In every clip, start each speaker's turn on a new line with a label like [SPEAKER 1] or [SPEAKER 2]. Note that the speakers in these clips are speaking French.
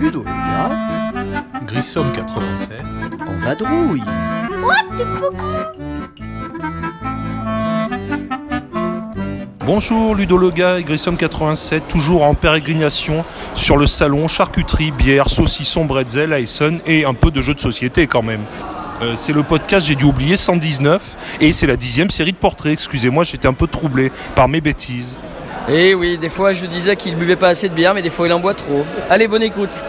[SPEAKER 1] Ludo le gars
[SPEAKER 2] Grissom 87.
[SPEAKER 1] en vadrouille.
[SPEAKER 2] Bonjour Ludo Lega et Grissom 87, toujours en pérégrination sur le salon charcuterie, bière, saucisson, bretzel, Aysen et un peu de jeux de société quand même. Euh, c'est le podcast, j'ai dû oublier, 119 et c'est la dixième série de portraits. Excusez-moi, j'étais un peu troublé par mes bêtises.
[SPEAKER 3] Eh oui, des fois je disais qu'il buvait pas assez de bière, mais des fois il en boit trop. Allez, bonne écoute.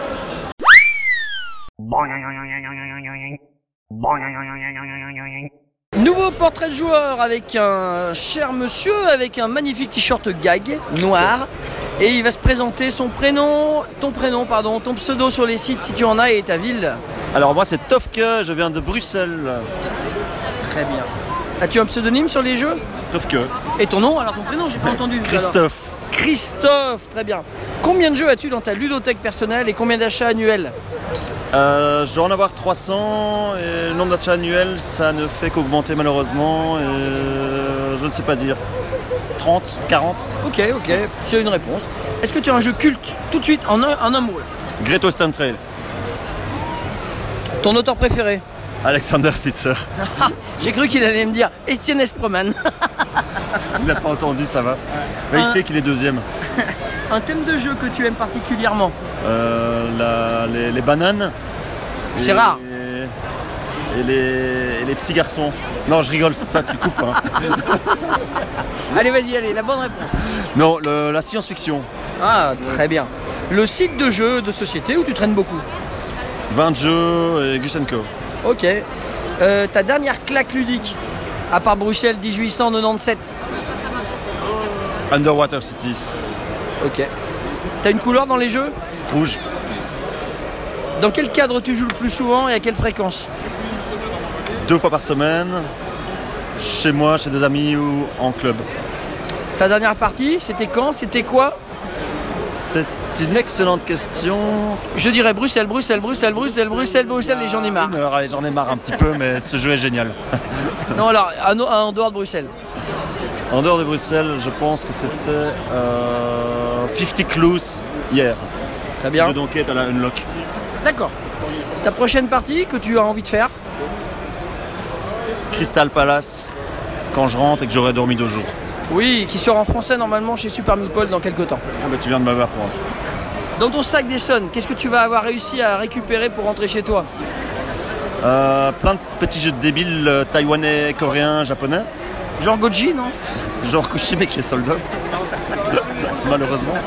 [SPEAKER 3] Nouveau portrait de joueur avec un cher monsieur avec un magnifique t-shirt gag noir. Et il va se présenter son prénom, ton prénom, pardon, ton pseudo sur les sites si tu en as et ta ville.
[SPEAKER 4] Alors moi c'est Tofke, je viens de Bruxelles.
[SPEAKER 3] Très bien. As-tu un pseudonyme sur les jeux
[SPEAKER 4] Tofke,
[SPEAKER 3] Et ton nom Alors ton prénom, j'ai pas entendu. Alors,
[SPEAKER 4] Christophe.
[SPEAKER 3] Christophe, très bien. Combien de jeux as-tu dans ta ludothèque personnelle et combien d'achats annuels
[SPEAKER 4] Euh, je dois en avoir 300 et le nombre d'achats annuels ça ne fait qu'augmenter malheureusement et euh, je ne sais pas dire. C'est 30, 40
[SPEAKER 3] Ok, ok, c'est une réponse. Est-ce que tu as un jeu culte Tout de suite, en un, en un mot.
[SPEAKER 4] Great Western Trail,
[SPEAKER 3] Ton auteur préféré
[SPEAKER 4] Alexander Fitzer.
[SPEAKER 3] J'ai cru qu'il allait me dire Estienne Esproman.
[SPEAKER 4] Il n'a pas entendu, ça va. Mais
[SPEAKER 3] Ah.
[SPEAKER 4] il sait qu'il est deuxième.
[SPEAKER 3] Un thème de jeu que tu aimes particulièrement
[SPEAKER 4] Euh, la- les, les bananes. et-
[SPEAKER 3] C'est rare.
[SPEAKER 4] Et les, et les petits garçons. Non, je rigole, ça tu coupes. hein.
[SPEAKER 3] Allez, vas-y, allez, la bonne réponse.
[SPEAKER 4] Non, le- la science-fiction.
[SPEAKER 3] Ah, très bien. Le site de jeux de société où tu traînes beaucoup
[SPEAKER 4] 20 jeux et Gusenko.
[SPEAKER 3] Ok. Euh, ta dernière claque ludique, à part Bruxelles 1897
[SPEAKER 4] Underwater Cities.
[SPEAKER 3] Ok. T'as une couleur dans les jeux
[SPEAKER 4] Rouge.
[SPEAKER 3] Dans quel cadre tu joues le plus souvent et à quelle fréquence
[SPEAKER 4] deux fois par semaine, chez moi, chez des amis ou en club.
[SPEAKER 3] Ta dernière partie, c'était quand C'était quoi
[SPEAKER 4] C'est une excellente question.
[SPEAKER 3] Je dirais Bruxelles, Bruxelles, Bruxelles, Bruxelles, Bruxelles, Bruxelles, et j'en ai marre.
[SPEAKER 4] Une heure, allez, j'en ai marre un petit peu, mais ce jeu est génial.
[SPEAKER 3] Non, alors, à no- à- en dehors de Bruxelles.
[SPEAKER 4] En dehors de Bruxelles, je pense que c'était euh, 50 Clues hier.
[SPEAKER 3] Très
[SPEAKER 4] Jeu d'enquête à la Unlock.
[SPEAKER 3] D'accord. Ta prochaine partie que tu as envie de faire
[SPEAKER 4] Crystal Palace, quand je rentre et que j'aurai dormi deux jours.
[SPEAKER 3] Oui, qui sort en français normalement chez Super Meeple dans quelques temps.
[SPEAKER 4] Ah bah tu viens de me l'apprendre.
[SPEAKER 3] Dans ton sac d'Essonne, qu'est-ce que tu vas avoir réussi à récupérer pour rentrer chez toi
[SPEAKER 4] Euh, plein de petits jeux de débiles euh, taïwanais, coréens, japonais.
[SPEAKER 3] Genre Goji, non
[SPEAKER 4] Genre Kushime qui est sold out. Malheureusement.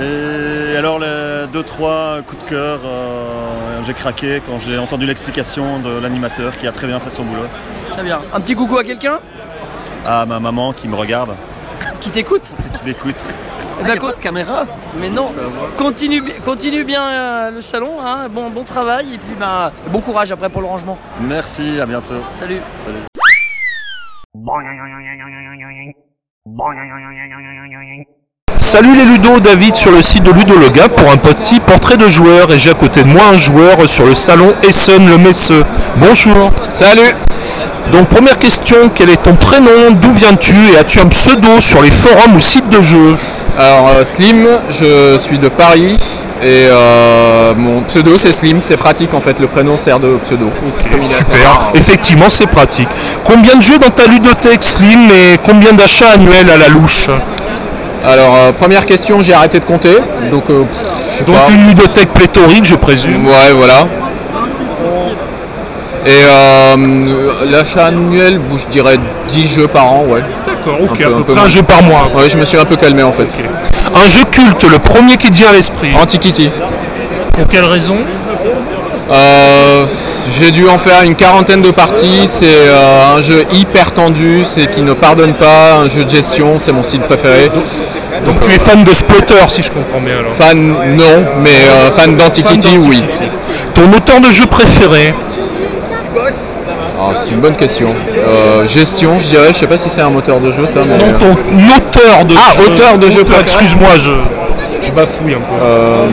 [SPEAKER 4] Et alors les 2-3 coups de cœur, euh, j'ai craqué quand j'ai entendu l'explication de l'animateur qui a très bien fait son boulot.
[SPEAKER 3] Très bien. Un petit coucou à quelqu'un
[SPEAKER 4] À ma maman qui me regarde,
[SPEAKER 3] qui t'écoute
[SPEAKER 4] qui m'écoute.
[SPEAKER 3] Eh ben, co-
[SPEAKER 4] caméra
[SPEAKER 3] Mais non, continue, bi- continue bien euh, le salon, hein. bon, bon travail et puis bah, bon courage après pour le rangement.
[SPEAKER 4] Merci, à bientôt.
[SPEAKER 3] Salut.
[SPEAKER 4] Salut.
[SPEAKER 2] Salut les Ludo, David sur le site de Ludologa pour un petit portrait de joueur et j'ai à côté de moi un joueur sur le salon Essen le Messeux. Bonjour. Salut. Donc première question, quel est ton prénom, d'où viens-tu et as-tu un pseudo sur les forums ou sites de jeux
[SPEAKER 5] Alors euh, Slim, je suis de Paris et euh, mon pseudo c'est Slim, c'est pratique en fait, le prénom sert de pseudo. Comme il est assez
[SPEAKER 2] Super,
[SPEAKER 5] rare.
[SPEAKER 2] effectivement c'est pratique. Combien de jeux dans ta ludothèque Slim et combien d'achats annuels à la louche
[SPEAKER 5] Alors euh, première question, j'ai arrêté de compter, donc euh, pff, je sais
[SPEAKER 2] Donc
[SPEAKER 5] pas.
[SPEAKER 2] une ludothèque pléthorique je présume.
[SPEAKER 5] Ouais voilà. Et euh, l'achat annuel, je dirais 10 jeux par an, ouais.
[SPEAKER 2] D'accord, ok,
[SPEAKER 5] Un peu- un peu
[SPEAKER 2] un
[SPEAKER 5] moins.
[SPEAKER 2] jeu par mois.
[SPEAKER 5] Ouais, je me suis un peu calmé en fait.
[SPEAKER 2] Un jeu culte, le premier qui te vient à l'esprit.
[SPEAKER 5] Antiquity.
[SPEAKER 2] Ah, Pour quelle raison
[SPEAKER 5] Euh, J'ai dû en faire une quarantaine de parties. C'est euh, un jeu hyper tendu, c'est qui ne pardonne pas, un jeu de gestion, c'est mon style préféré.
[SPEAKER 2] Donc tu es fan de Splatter si je comprends bien alors.
[SPEAKER 5] Fan, non, mais euh, fan d'Antiquity, oui.
[SPEAKER 2] Ton auteur de jeu préféré
[SPEAKER 5] Alors, Ah, c'est une bonne question. Euh, gestion, je dirais, je sais pas si c'est un moteur de jeu ça, mais. euh,
[SPEAKER 2] Non, ton auteur de
[SPEAKER 5] Ah,
[SPEAKER 2] jeu.
[SPEAKER 5] auteur de jeu préféré.
[SPEAKER 2] Excuse-moi, je, je bafouille un peu.
[SPEAKER 5] euh,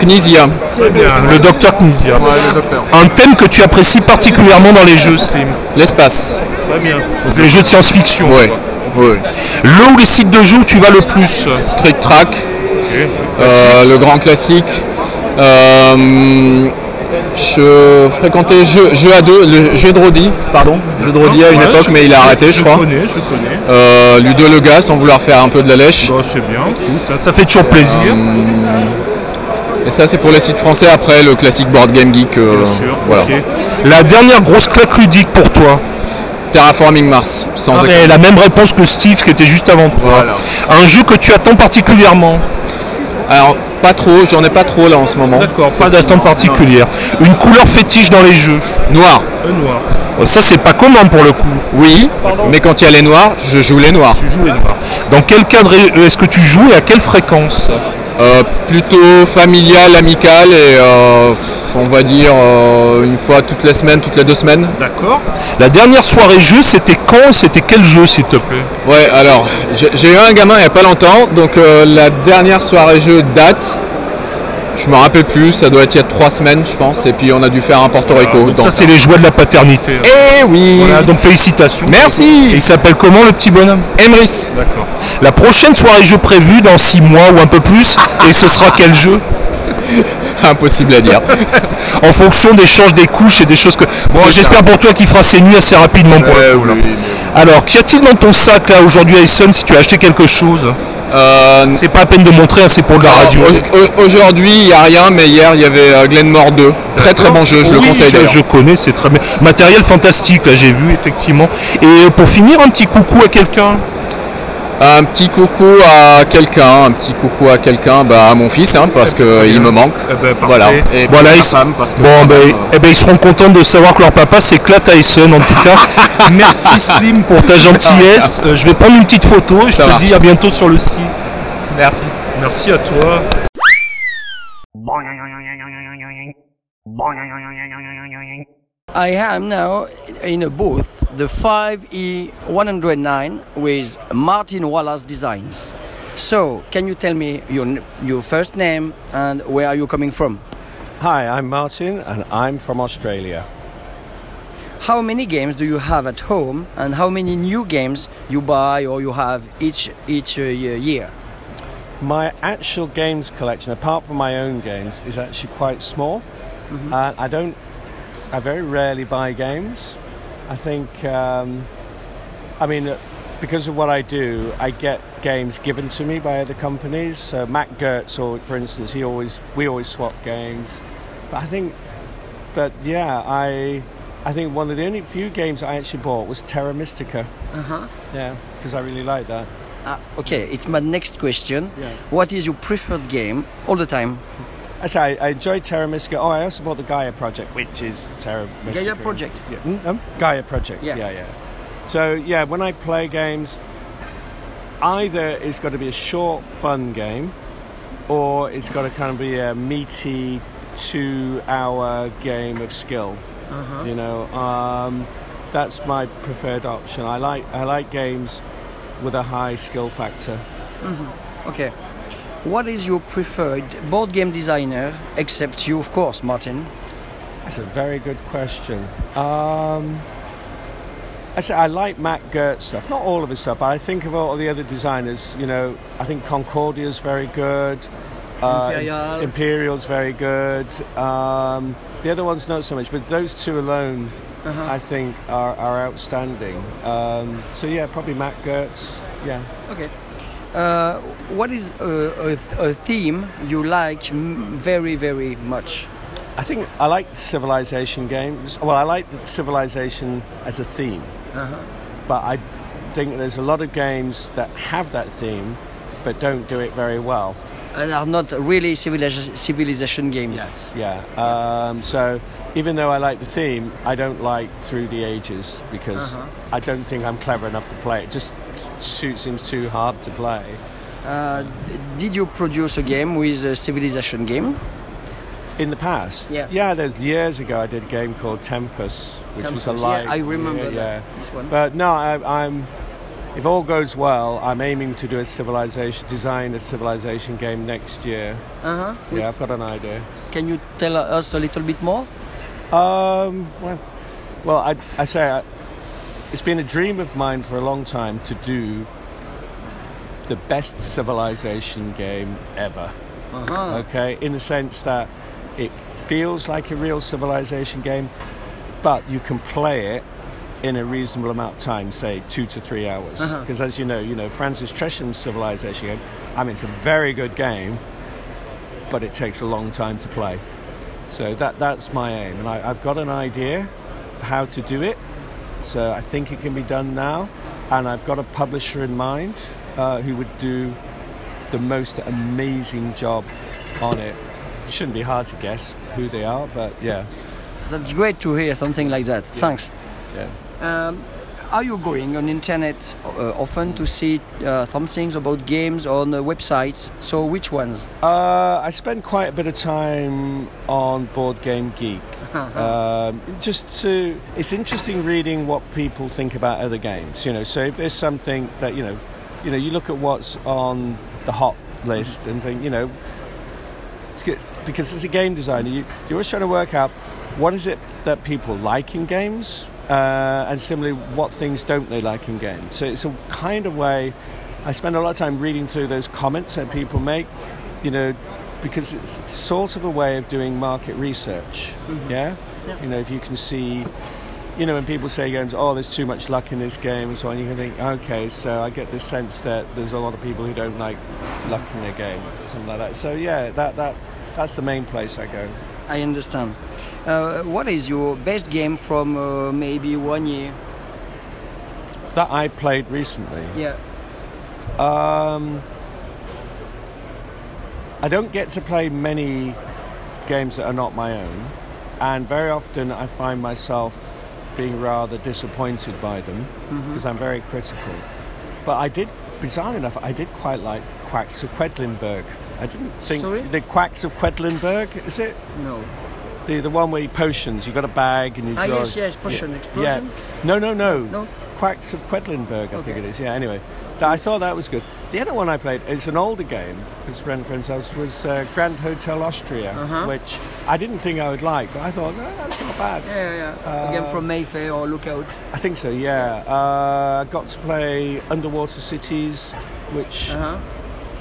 [SPEAKER 5] Knizia.
[SPEAKER 2] Très bien, le docteur Knizia. Un thème que tu apprécies particulièrement dans les jeux, Slim.
[SPEAKER 5] L'espace.
[SPEAKER 2] Très bien. Donc les jeux de science-fiction.
[SPEAKER 5] Ouais.
[SPEAKER 2] quoi.
[SPEAKER 5] Ouais.
[SPEAKER 2] Le ou les sites de jeux où tu vas le plus
[SPEAKER 5] Trick Track. Euh, le grand classique. Euh, je fréquentais jeu, jeu à deux, le jeu de Roddy, pardon, jeu de Roddy à une
[SPEAKER 2] Ah, Ouais,
[SPEAKER 5] époque,
[SPEAKER 2] je-
[SPEAKER 5] mais il a arrêté, je crois.
[SPEAKER 2] connais, je connais.
[SPEAKER 5] Euh, Ludo Lega, sans vouloir faire un peu de la lèche.
[SPEAKER 2] Bah, c'est bien, écoute, hein, ça fait toujours plaisir.
[SPEAKER 5] Et ça, c'est pour les sites français. Après, le classique Board Game Geek. euh,
[SPEAKER 2] bien sûr,
[SPEAKER 5] voilà.
[SPEAKER 2] ok. La dernière grosse claque ludique pour toi
[SPEAKER 5] Terraforming Mars, sans
[SPEAKER 2] Ah,
[SPEAKER 5] écran.
[SPEAKER 2] mais La même réponse que Steve qui était juste avant toi.
[SPEAKER 5] Voilà.
[SPEAKER 2] Un jeu que tu attends particulièrement
[SPEAKER 5] Alors, pas trop, j'en ai pas trop là en ce moment.
[SPEAKER 2] D'accord, pas d'attente particulière. Une couleur fétiche dans les jeux
[SPEAKER 5] Noir,
[SPEAKER 2] Le noir. Ça, c'est pas commun pour le coup.
[SPEAKER 5] oui, mais quand il y a les noirs, je joue les noirs.
[SPEAKER 2] Tu joues les noirs. Dans quel cadre euh, est-ce que tu joues et à quelle fréquence
[SPEAKER 5] Euh, plutôt familial, amical et euh, on va dire euh, une fois toutes les semaines, toutes les deux semaines.
[SPEAKER 2] D'accord. La dernière soirée jeu, c'était quand et c'était quel jeu, s'il te plaît
[SPEAKER 5] Ouais, alors j'ai- j'ai eu un gamin il n'y a pas longtemps, donc euh, la dernière soirée jeu date. Je me rappelle plus, ça doit être il y a trois semaines, je pense, et puis on a dû faire un Porto Rico.
[SPEAKER 2] Ah, Ça, c'est les joies de la paternité. hein.
[SPEAKER 5] Eh oui
[SPEAKER 2] Voilà, donc félicitations. Et
[SPEAKER 5] Merci
[SPEAKER 2] il s'appelle comment le petit bonhomme
[SPEAKER 5] Emrys
[SPEAKER 2] D'accord. La prochaine soirée jeu prévue dans 6 mois ou un peu plus, et ce sera quel jeu
[SPEAKER 5] Impossible à dire.
[SPEAKER 2] Eh En fonction des changes des couches et des choses que. Bon,
[SPEAKER 5] C'est
[SPEAKER 2] j'espère pour toi qu'il fera ses nuits assez rapidement pour le
[SPEAKER 5] Euh,
[SPEAKER 2] coup, là.
[SPEAKER 5] oui, oui.
[SPEAKER 2] Alors, qu'y a-t-il dans ton sac là aujourd'hui, Ayson, si tu as acheté quelque chose
[SPEAKER 5] Euh,
[SPEAKER 2] C'est pas à peine de montrer, hein, c'est pour de la radio.
[SPEAKER 5] Alors, au- au- Aujourd'hui, il n'y a rien, mais hier, il y avait euh, Glenmore 2. Très très bon jeu, je le
[SPEAKER 2] Oui,
[SPEAKER 5] conseille d'ailleurs.
[SPEAKER 2] Je connais, c'est très bien. Matériel fantastique, là, j'ai vu effectivement. Et euh, pour finir, un petit coucou à quelqu'un.
[SPEAKER 5] Un petit coucou à quelqu'un, un petit coucou à quelqu'un, bah, à mon fils, hein, parce qu'il me manque. voilà. Et
[SPEAKER 2] Voilà, ils-
[SPEAKER 5] puis ma femme, euh, parce que
[SPEAKER 2] Bon, ben, eh ben, ils seront contents de savoir que leur papa s'éclate à Essen, en tout cas. Merci Slim pour ta gentillesse. Euh, je vais prendre une petite photo et je
[SPEAKER 5] Ça
[SPEAKER 2] te
[SPEAKER 5] marche.
[SPEAKER 2] dis à bientôt sur le site.
[SPEAKER 5] merci.
[SPEAKER 2] Merci à toi.
[SPEAKER 3] I am now in a booth, the E 5E109 with Martin Wallace Designs. So, can you tell me your, n- your first name and where are you coming from?
[SPEAKER 6] Hi, I'm Martin and I'm from Australia.
[SPEAKER 3] How many games do you have at home and how many new games you buy or you have each, each uh, ye- year?
[SPEAKER 6] My actual games collection, apart from my own games, is actually quite small. Uh, I don't, I very rarely buy games. I think, um, I mean, uh, because of what I do, I get games given to me by other companies. So Matt Gertz, or for instance, he always, we always swap games. But I think, but yeah, I, I think one of the only few games I actually bought was Terra Mystica.
[SPEAKER 3] Uh-huh.
[SPEAKER 6] Yeah, because I really like that.
[SPEAKER 3] Ah, okay, it's my next question.
[SPEAKER 6] Yeah.
[SPEAKER 3] What is your preferred game all the time?
[SPEAKER 6] I say I enjoyed Terra Mystica. Oh, I also bought the Gaia Project, which is Terra Mystica.
[SPEAKER 3] Project?
[SPEAKER 6] Yeah. Mm, um, Gaia Project.
[SPEAKER 3] Yeah.
[SPEAKER 6] Yeah. yeah, So yeah, when I play games, either it's got to be a short, fun game, or it's got to kind of be a meaty two-hour game of skill.
[SPEAKER 3] Uh-huh.
[SPEAKER 6] You know, um, that's my preferred option. I like I like games with a high skill factor.
[SPEAKER 3] Okay. What is your preferred board game designer, except you, of course, Martin?
[SPEAKER 6] That's a very good question. Um, I say I like Matt Gertz stuff, not all of his stuff, but I think of all the other designers. You know, I think Concordia's very good. Uh,
[SPEAKER 3] Imperial.
[SPEAKER 6] Imperial's very good. Um, the other ones not so much, but those two alone, I think, are, are outstanding. Um, so yeah, probably Matt Gertz. Yeah.
[SPEAKER 3] Okay. Uh, what is a, a, a theme you like m- very, very much?
[SPEAKER 6] I think I like civilization games. Well, I like the civilization as a theme, but I think there's a lot of games that have that theme, but don't do it very well.
[SPEAKER 3] And are not really civilis- civilization games.
[SPEAKER 6] Yeah. Um, so even though I like the theme, I don't like Through the Ages because I don't think I'm clever enough to play it. Just s- too, seems too hard to play.
[SPEAKER 3] Uh, d- did you produce a game with a civilization game?
[SPEAKER 6] In the past,
[SPEAKER 3] Yeah.
[SPEAKER 6] yeah, there's years ago I did a game called Tempest, which was a
[SPEAKER 3] Tempest,
[SPEAKER 6] live,
[SPEAKER 3] yeah, I remember that, this one.
[SPEAKER 6] But no, I, I'm, if all goes well, I'm aiming to do a civilization design a civilization game next year.
[SPEAKER 3] Uh-huh.
[SPEAKER 6] Yeah, I've got an idea.
[SPEAKER 3] Can you tell us a little bit more?
[SPEAKER 6] Um, well, well, I, I say I, it's been a dream of mine for a long time to do the best civilization game ever.
[SPEAKER 3] Uh-huh.
[SPEAKER 6] Okay, in the sense that it feels like a real civilization game, but you can play it in a reasonable amount of time, say two to three hours.
[SPEAKER 3] Uh-huh.
[SPEAKER 6] Because as you know, you know Francis Tresham's civilization game. I mean, it's a very good game, but it takes a long time to play. So that that's my aim, and I, I've got an idea of how to do it. So I think it can be done now, and I've got a publisher in mind uh, who would do the most amazing job on it. It shouldn't be hard to guess who they are, but yeah.
[SPEAKER 3] That's great to hear something like that. Thanks. Um, are you going on internet uh, often to see uh, some things about games on uh, websites? So which ones?
[SPEAKER 6] Uh, I spend quite a bit of time on Board Game Geek. um, just to, it's interesting reading what people think about other games. You know, so if there's something that you know, you know, you look at what's on the hot list and think, you know, it's good- because as a game designer, you, you're always trying to work out what is it that people like in games, uh, and similarly, what things don't they like in games. So it's a kind of way. I spend a lot of time reading through those comments that people make, you know, because it's sort of a way of doing market research. Yeah? you know, if you can see. You know, when people say games, oh, there's too much luck in this game and so on, you can think, okay, so I get this sense that there's a lot of people who don't like luck in their games or something like that. So, yeah, that, that, that's the main place I go.
[SPEAKER 3] I understand. Uh, what is your best game from uh, maybe one year?
[SPEAKER 6] That I played recently.
[SPEAKER 3] Yeah.
[SPEAKER 6] Um, I don't get to play many games that are not my own, and very often I find myself being rather disappointed by them because I'm very critical. But I did, bizarre enough, I did quite like Quacks of Quedlinburg. I didn't think
[SPEAKER 3] Sorry?
[SPEAKER 6] the Quacks of Quedlinburg is it
[SPEAKER 3] No.
[SPEAKER 6] the the one where you potions? You got a bag and you
[SPEAKER 3] Ah,
[SPEAKER 6] draw.
[SPEAKER 3] yes, yes, potion explosion.
[SPEAKER 6] Yeah. No, no, no.
[SPEAKER 3] No?
[SPEAKER 6] Quacks of Quedlinburg, I think
[SPEAKER 3] Okay.
[SPEAKER 6] it is. Yeah. Anyway, Th- I thought that was good. The other one I played is an older game because friend friends house was uh, Grand Hotel Austria,
[SPEAKER 3] Uh-huh.
[SPEAKER 6] which I didn't think I would like, but I thought no, that's not bad.
[SPEAKER 3] Yeah, yeah. yeah. a game
[SPEAKER 6] Uh,
[SPEAKER 3] from Mayfair or Lookout.
[SPEAKER 6] I think so. Yeah. Uh, I got to play Underwater Cities, which
[SPEAKER 3] Uh-huh.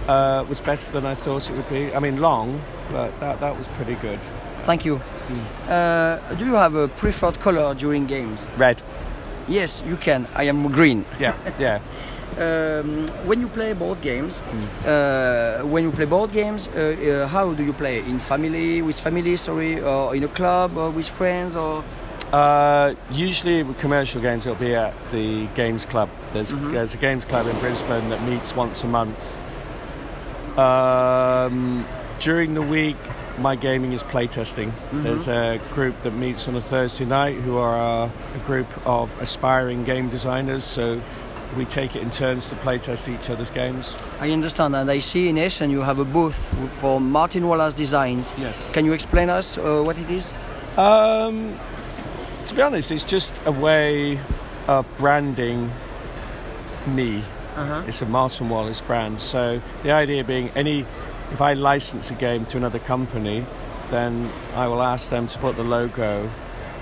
[SPEAKER 6] uh, was better than I thought it would be. I mean, long, but that that was pretty good.
[SPEAKER 3] Thank you. Uh, do you have a preferred color during games?
[SPEAKER 6] Red.
[SPEAKER 3] Yes, you can. I am green.
[SPEAKER 6] Yeah. yeah.
[SPEAKER 3] um, when you play board games, uh, when you play board games, uh, uh, how do you play? In family, with family, sorry, or in a club, or with friends, or
[SPEAKER 6] Uh, usually with commercial games, it'll be at the games club. There's, there's a games club in Brisbane that meets once a month. Um, during the week, my gaming is playtesting. There's a group that meets on a Thursday night who are uh, a group of aspiring game designers. So we take it in turns to playtest each other's games.
[SPEAKER 3] I understand, and I see in Essen you have a booth for Martin Wallace Designs.
[SPEAKER 6] Yes.
[SPEAKER 3] Can you explain us uh, what it is?
[SPEAKER 6] Um, to be honest, it's just a way of branding me. It's a Martin Wallace brand. So the idea being, any if I license a game to another company, then I will ask them to put the logo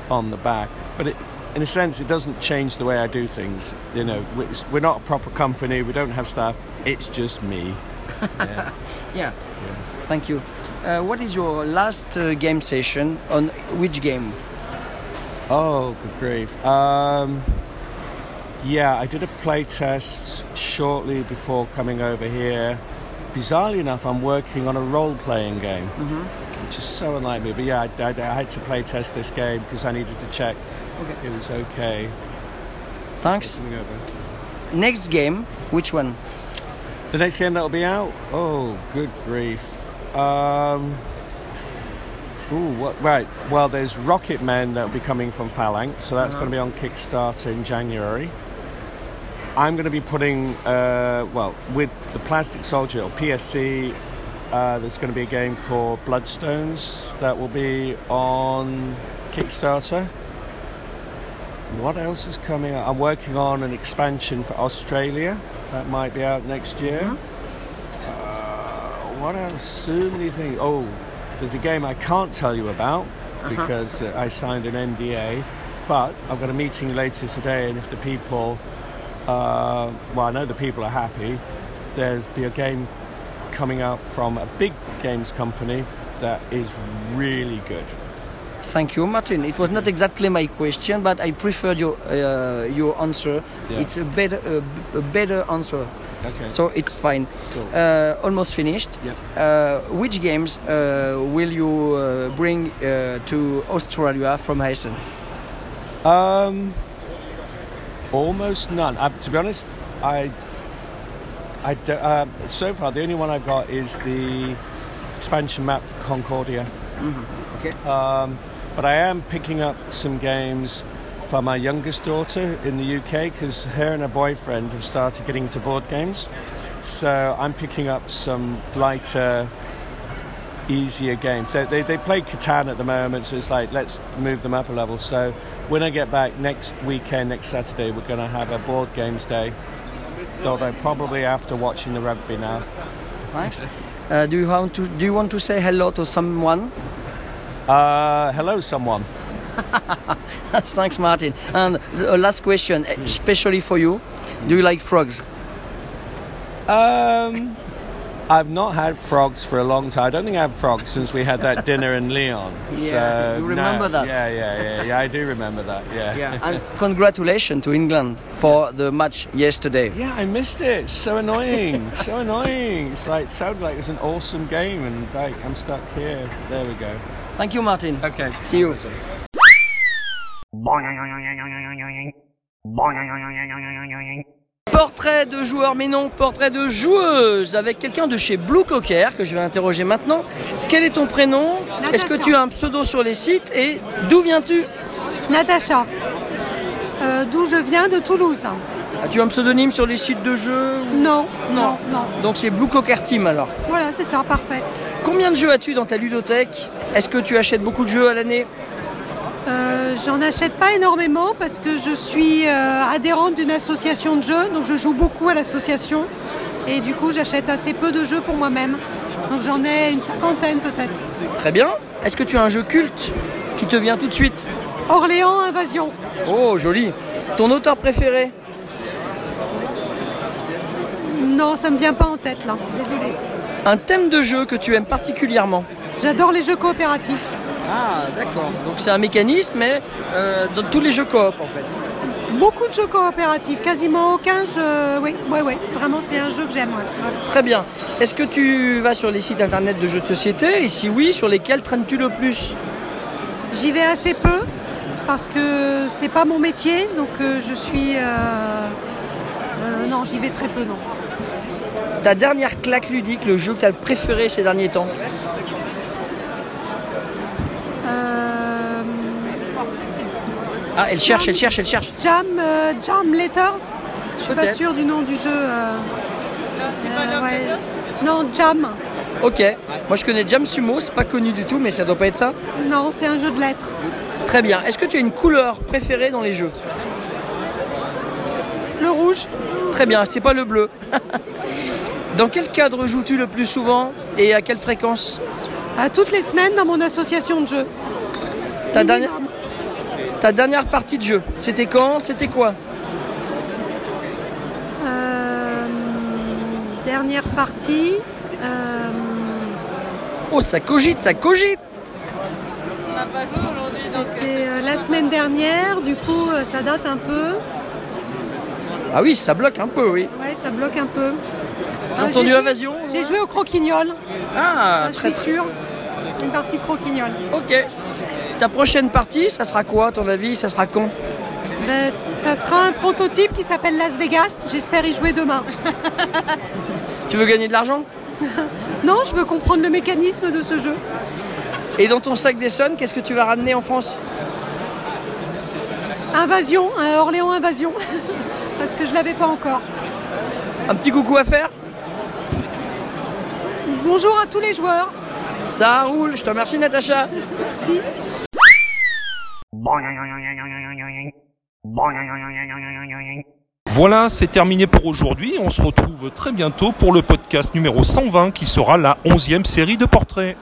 [SPEAKER 6] on the back. But it, in a sense, it doesn't change the way I do things. You know, we- it's- we're not a proper company. We don't have staff. It's just me.
[SPEAKER 3] Yeah. Thank you. Uh, what is your last uh, game session on which game?
[SPEAKER 6] Oh, good grief. Um, yeah, I did a play test shortly before coming over here. Bizarrely enough, I'm working on a role playing game, which is so unlike me. But yeah, I, I- I had to play test this game because I needed to check
[SPEAKER 3] Okay.
[SPEAKER 6] it was okay.
[SPEAKER 3] Thanks.
[SPEAKER 6] Coming over.
[SPEAKER 3] Next game, which one?
[SPEAKER 6] The next game that'll be out? Oh, good grief. Um, ooh, what, right. Well, there's Rocket Men that'll be coming from Phalanx, so that's going to be on Kickstarter in January. I'm going to be putting, uh, well, with the Plastic Soldier or PSC, uh, there's going to be a game called Bloodstones that will be on Kickstarter. What else is coming out? I'm working on an expansion for Australia that might be out next year. Uh, what else? So many things. Oh, there's a game I can't tell you about because uh, I signed an NDA, but I've got a meeting later today, and if the people, uh, well, I know the people are happy, there's be a game coming out from a big games company that is really good.
[SPEAKER 3] Thank you, Martin. It was not exactly my question, but I preferred your uh, your answer.
[SPEAKER 6] Yeah.
[SPEAKER 3] It's a better a, a better answer,
[SPEAKER 6] Okay.
[SPEAKER 3] so it's fine.
[SPEAKER 6] Cool.
[SPEAKER 3] Uh, almost finished.
[SPEAKER 6] Yep.
[SPEAKER 3] Uh, which games uh, will you uh, bring uh, to Australia from Hessen?
[SPEAKER 6] Um, almost none. I, to be honest, I, I do, uh, so far the only one I've got is the expansion map for Concordia.
[SPEAKER 3] Okay.
[SPEAKER 6] Um, but I am picking up some games for my youngest daughter in the UK because her and her boyfriend have started getting into board games. So I'm picking up some lighter, easier games. So they, they play Catan at the moment, so it's like, let's move them up a level. So when I get back next weekend, next Saturday, we're going to have a board games day. Although probably after watching the rugby now.
[SPEAKER 3] Thanks. Uh, do you want to do you want to say hello to someone?
[SPEAKER 6] Uh, hello, someone.
[SPEAKER 3] Thanks, Martin. And the last question, eh, especially for you, do you like frogs?
[SPEAKER 6] Um, I've not had frogs for a long time. I don't think I have frogs since we had that dinner in Leon.
[SPEAKER 3] Yeah,
[SPEAKER 6] so,
[SPEAKER 3] you remember
[SPEAKER 6] no.
[SPEAKER 3] that.
[SPEAKER 6] Yeah, yeah, yeah, yeah. I do remember that. Yeah.
[SPEAKER 3] Yeah. and congratulations to England for the match yesterday.
[SPEAKER 6] Yeah, I missed it. So annoying. so annoying. It's like sounded like it's an awesome game, and like I'm stuck here. There we go.
[SPEAKER 3] Thank you, Martin.
[SPEAKER 6] Okay.
[SPEAKER 3] See you. Portrait de joueur, mais non, portrait de joueuse avec quelqu'un de chez Blue Cocker que je vais interroger maintenant. Quel est ton prénom Est-ce que tu as un pseudo sur les sites et d'où viens-tu
[SPEAKER 7] Natacha, euh, d'où je viens de Toulouse.
[SPEAKER 3] As-tu un pseudonyme sur les sites de jeux ou-
[SPEAKER 7] Non,
[SPEAKER 3] Non.
[SPEAKER 7] non, non.
[SPEAKER 3] Donc c'est Blue Cocker Team alors.
[SPEAKER 7] Voilà, c'est ça, parfait.
[SPEAKER 3] Combien de jeux as-tu dans ta ludothèque Est-ce que tu achètes beaucoup de jeux à l'année
[SPEAKER 7] Euh, J'en achète pas énormément parce que je suis euh, adhérente d'une association de jeux, donc je joue beaucoup à l'association. Et du coup, j'achète assez peu de jeux pour moi-même. Donc j'en ai une cinquantaine peut-être.
[SPEAKER 3] Très bien. Est-ce que tu as un jeu culte qui te vient tout de suite
[SPEAKER 7] Orléans Invasion.
[SPEAKER 3] Oh, joli. Ton auteur préféré
[SPEAKER 7] Non, ça me vient pas en tête là, désolée.
[SPEAKER 3] Un thème de jeu que tu aimes particulièrement
[SPEAKER 7] J'adore les jeux coopératifs.
[SPEAKER 3] Ah, d'accord. Donc c'est un mécanisme, mais euh, dans tous les jeux coop en fait.
[SPEAKER 7] Beaucoup de jeux coopératifs, quasiment aucun jeu. Oui, ouais, ouais. Vraiment, c'est un jeu que j'aime. ouais, ouais.
[SPEAKER 3] Très bien. Est-ce que tu vas sur les sites internet de jeux de société Et si oui, sur lesquels traînes-tu le plus
[SPEAKER 7] J'y vais assez peu parce que c'est pas mon métier, donc euh, je suis. euh, euh, non, j'y vais très peu, non.
[SPEAKER 3] Ta dernière claque ludique, le jeu que tu as le préféré ces derniers temps
[SPEAKER 7] Euh,
[SPEAKER 3] Ah, elle cherche, elle cherche, elle cherche.
[SPEAKER 7] Jam, euh, Jam Letters. Je suis pas
[SPEAKER 3] Peut-être.
[SPEAKER 7] sûre du nom du jeu. euh, euh, ouais. Non, Jam.
[SPEAKER 3] Ok. Moi je connais Jam Sumo, c'est pas connu du tout, mais ça doit pas être ça.
[SPEAKER 7] Non, c'est un jeu de lettres.
[SPEAKER 3] Très bien. Est-ce que tu as une couleur préférée dans les jeux
[SPEAKER 7] Le rouge.
[SPEAKER 3] Très bien, c'est pas le bleu. dans quel cadre joues-tu le plus souvent et à quelle fréquence
[SPEAKER 7] À Euh, toutes les semaines dans mon association de jeux.
[SPEAKER 3] Ta dernière, ta dernière partie de jeu, c'était quand C'était quoi
[SPEAKER 7] Euh, dernière partie. euh,
[SPEAKER 3] Oh, ça cogite, ça cogite
[SPEAKER 7] C'était euh, la semaine dernière, du coup euh, ça date un peu.
[SPEAKER 3] Ah oui, ça bloque un peu, oui.
[SPEAKER 7] Ouais, ça bloque un peu.
[SPEAKER 3] J'ai
[SPEAKER 7] Ah,
[SPEAKER 3] entendu
[SPEAKER 7] joué-
[SPEAKER 3] invasion.
[SPEAKER 7] J'ai joué au croquignol,
[SPEAKER 3] Ah,
[SPEAKER 7] ça, je
[SPEAKER 3] très
[SPEAKER 7] suis
[SPEAKER 3] très-
[SPEAKER 7] sûre. Une partie de croquignol.
[SPEAKER 3] Ok. Ta prochaine partie, ça sera quoi, à ton avis Ça sera quand
[SPEAKER 7] Ben, ça sera un prototype qui s'appelle Las Vegas. J'espère y jouer demain.
[SPEAKER 3] Tu veux gagner de l'argent
[SPEAKER 7] Non, je veux comprendre le mécanisme de ce jeu.
[SPEAKER 3] Et dans ton sac d'Essonne, qu'est-ce que tu vas ramener en France
[SPEAKER 7] Invasion, un Orléans Invasion. Parce que je l'avais pas encore.
[SPEAKER 3] Un petit coucou à faire
[SPEAKER 7] Bonjour à tous les joueurs.
[SPEAKER 3] Ça roule, je te remercie Natacha
[SPEAKER 7] Merci.
[SPEAKER 2] Voilà, c'est terminé pour aujourd'hui. On se retrouve très bientôt pour le podcast numéro 120 qui sera la 11e série de portraits.